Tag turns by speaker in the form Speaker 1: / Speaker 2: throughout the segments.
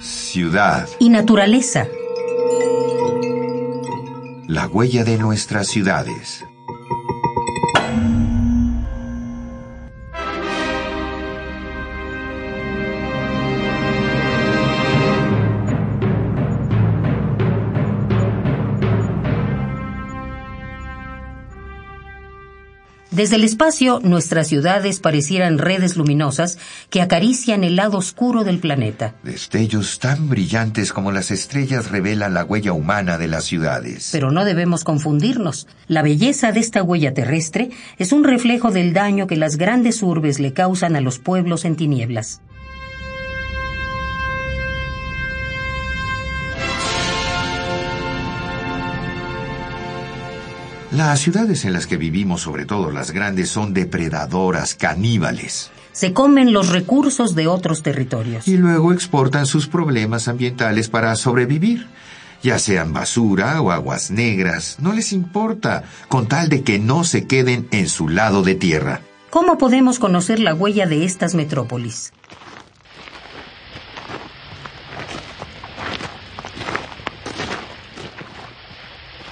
Speaker 1: Ciudad.
Speaker 2: y naturaleza.
Speaker 1: La huella de nuestras ciudades.
Speaker 2: Desde el espacio, nuestras ciudades parecieran redes luminosas que acarician el lado oscuro del planeta.
Speaker 1: Destellos tan brillantes como las estrellas revelan la huella humana de las ciudades.
Speaker 2: Pero no debemos confundirnos. La belleza de esta huella terrestre es un reflejo del daño que las grandes urbes le causan a los pueblos en tinieblas.
Speaker 1: Las ciudades en las que vivimos, sobre todo las grandes, son depredadoras, caníbales.
Speaker 2: Se comen los recursos de otros territorios.
Speaker 1: Y luego exportan sus problemas ambientales para sobrevivir. Ya sean basura o aguas negras, no les importa, con tal de que no se queden en su lado de tierra.
Speaker 2: ¿Cómo podemos conocer la huella de estas metrópolis?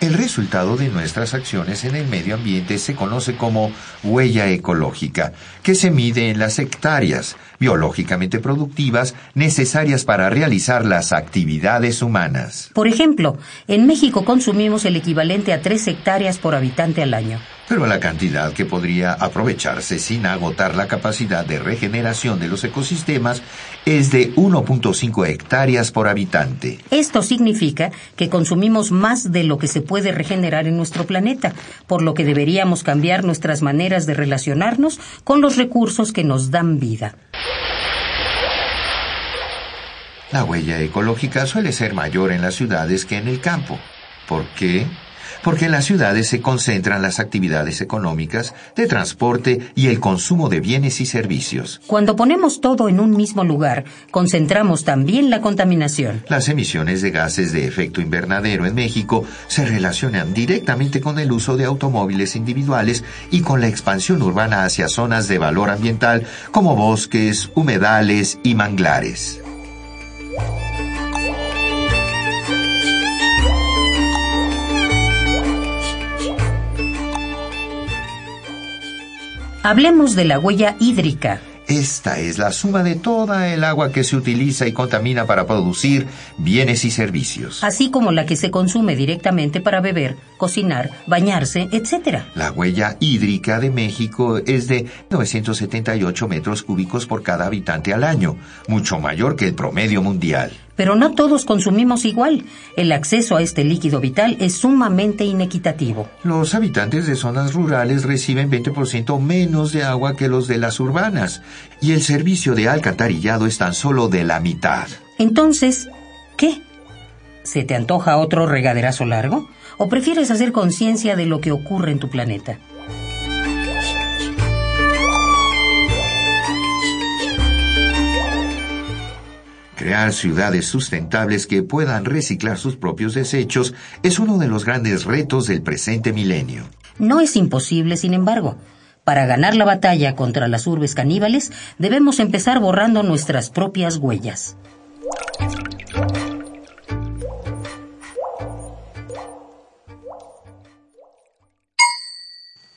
Speaker 1: El resultado de nuestras acciones en el medio ambiente se conoce como huella ecológica, que se mide en las hectáreas biológicamente productivas necesarias para realizar las actividades humanas.
Speaker 2: Por ejemplo, en México consumimos el equivalente a tres hectáreas por habitante al año.
Speaker 1: Pero la cantidad que podría aprovecharse sin agotar la capacidad de regeneración de los ecosistemas es de 1.5 hectáreas por habitante.
Speaker 2: Esto significa que consumimos más de lo que se puede regenerar en nuestro planeta, por lo que deberíamos cambiar nuestras maneras de relacionarnos con los recursos que nos dan vida.
Speaker 1: La huella ecológica suele ser mayor en las ciudades que en el campo. ¿Por qué? Porque en las ciudades se concentran las actividades económicas, de transporte y el consumo de bienes y servicios.
Speaker 2: Cuando ponemos todo en un mismo lugar, concentramos también la contaminación.
Speaker 1: Las emisiones de gases de efecto invernadero en México se relacionan directamente con el uso de automóviles individuales y con la expansión urbana hacia zonas de valor ambiental como bosques, humedales y manglares.
Speaker 2: Hablemos de la huella hídrica.
Speaker 1: Esta es la suma de toda el agua que se utiliza y contamina para producir bienes y servicios.
Speaker 2: así como la que se consume directamente para beber, cocinar, bañarse, etc.
Speaker 1: La huella hídrica de México es de 978 metros cúbicos por cada habitante al año, mucho mayor que el promedio mundial.
Speaker 2: Pero no todos consumimos igual. El acceso a este líquido vital es sumamente inequitativo.
Speaker 1: Los habitantes de zonas rurales reciben 20% menos de agua que los de las urbanas, y el servicio de alcantarillado es tan solo de la mitad.
Speaker 2: Entonces, ¿qué? ¿Se te antoja otro regaderazo largo? ¿O prefieres hacer conciencia de lo que ocurre en tu planeta?
Speaker 1: Crear ciudades sustentables que puedan reciclar sus propios desechos es uno de los grandes retos del presente milenio.
Speaker 2: No es imposible, sin embargo. Para ganar la batalla contra las urbes caníbales, debemos empezar borrando nuestras propias huellas.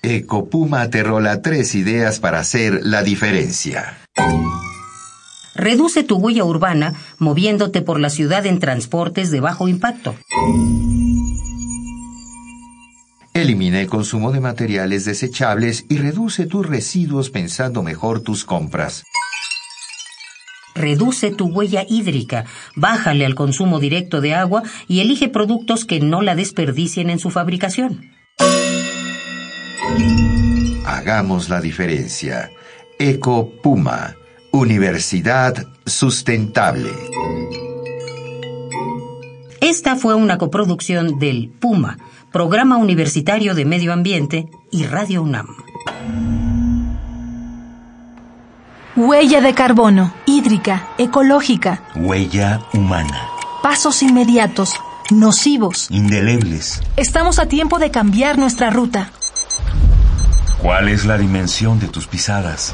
Speaker 1: Ecopuma aterrola tres ideas para hacer la diferencia.
Speaker 2: Reduce tu huella urbana moviéndote por la ciudad en transportes de bajo impacto.
Speaker 1: Elimina el consumo de materiales desechables y reduce tus residuos pensando mejor tus compras.
Speaker 2: Reduce tu huella hídrica, bájale al consumo directo de agua y elige productos que no la desperdicien en su fabricación.
Speaker 1: Hagamos la diferencia. Eco Puma, Universidad Sustentable.
Speaker 2: Esta fue una coproducción del PUMA, Programa Universitario de Medio Ambiente y Radio UNAM.
Speaker 3: Huella de carbono, hídrica, ecológica,
Speaker 4: Huella humana.
Speaker 3: pasos inmediatos, nocivos.
Speaker 4: Indelebles.
Speaker 3: Estamos a tiempo de cambiar nuestra ruta,
Speaker 4: ¿Cuál es la dimensión de tus pisadas?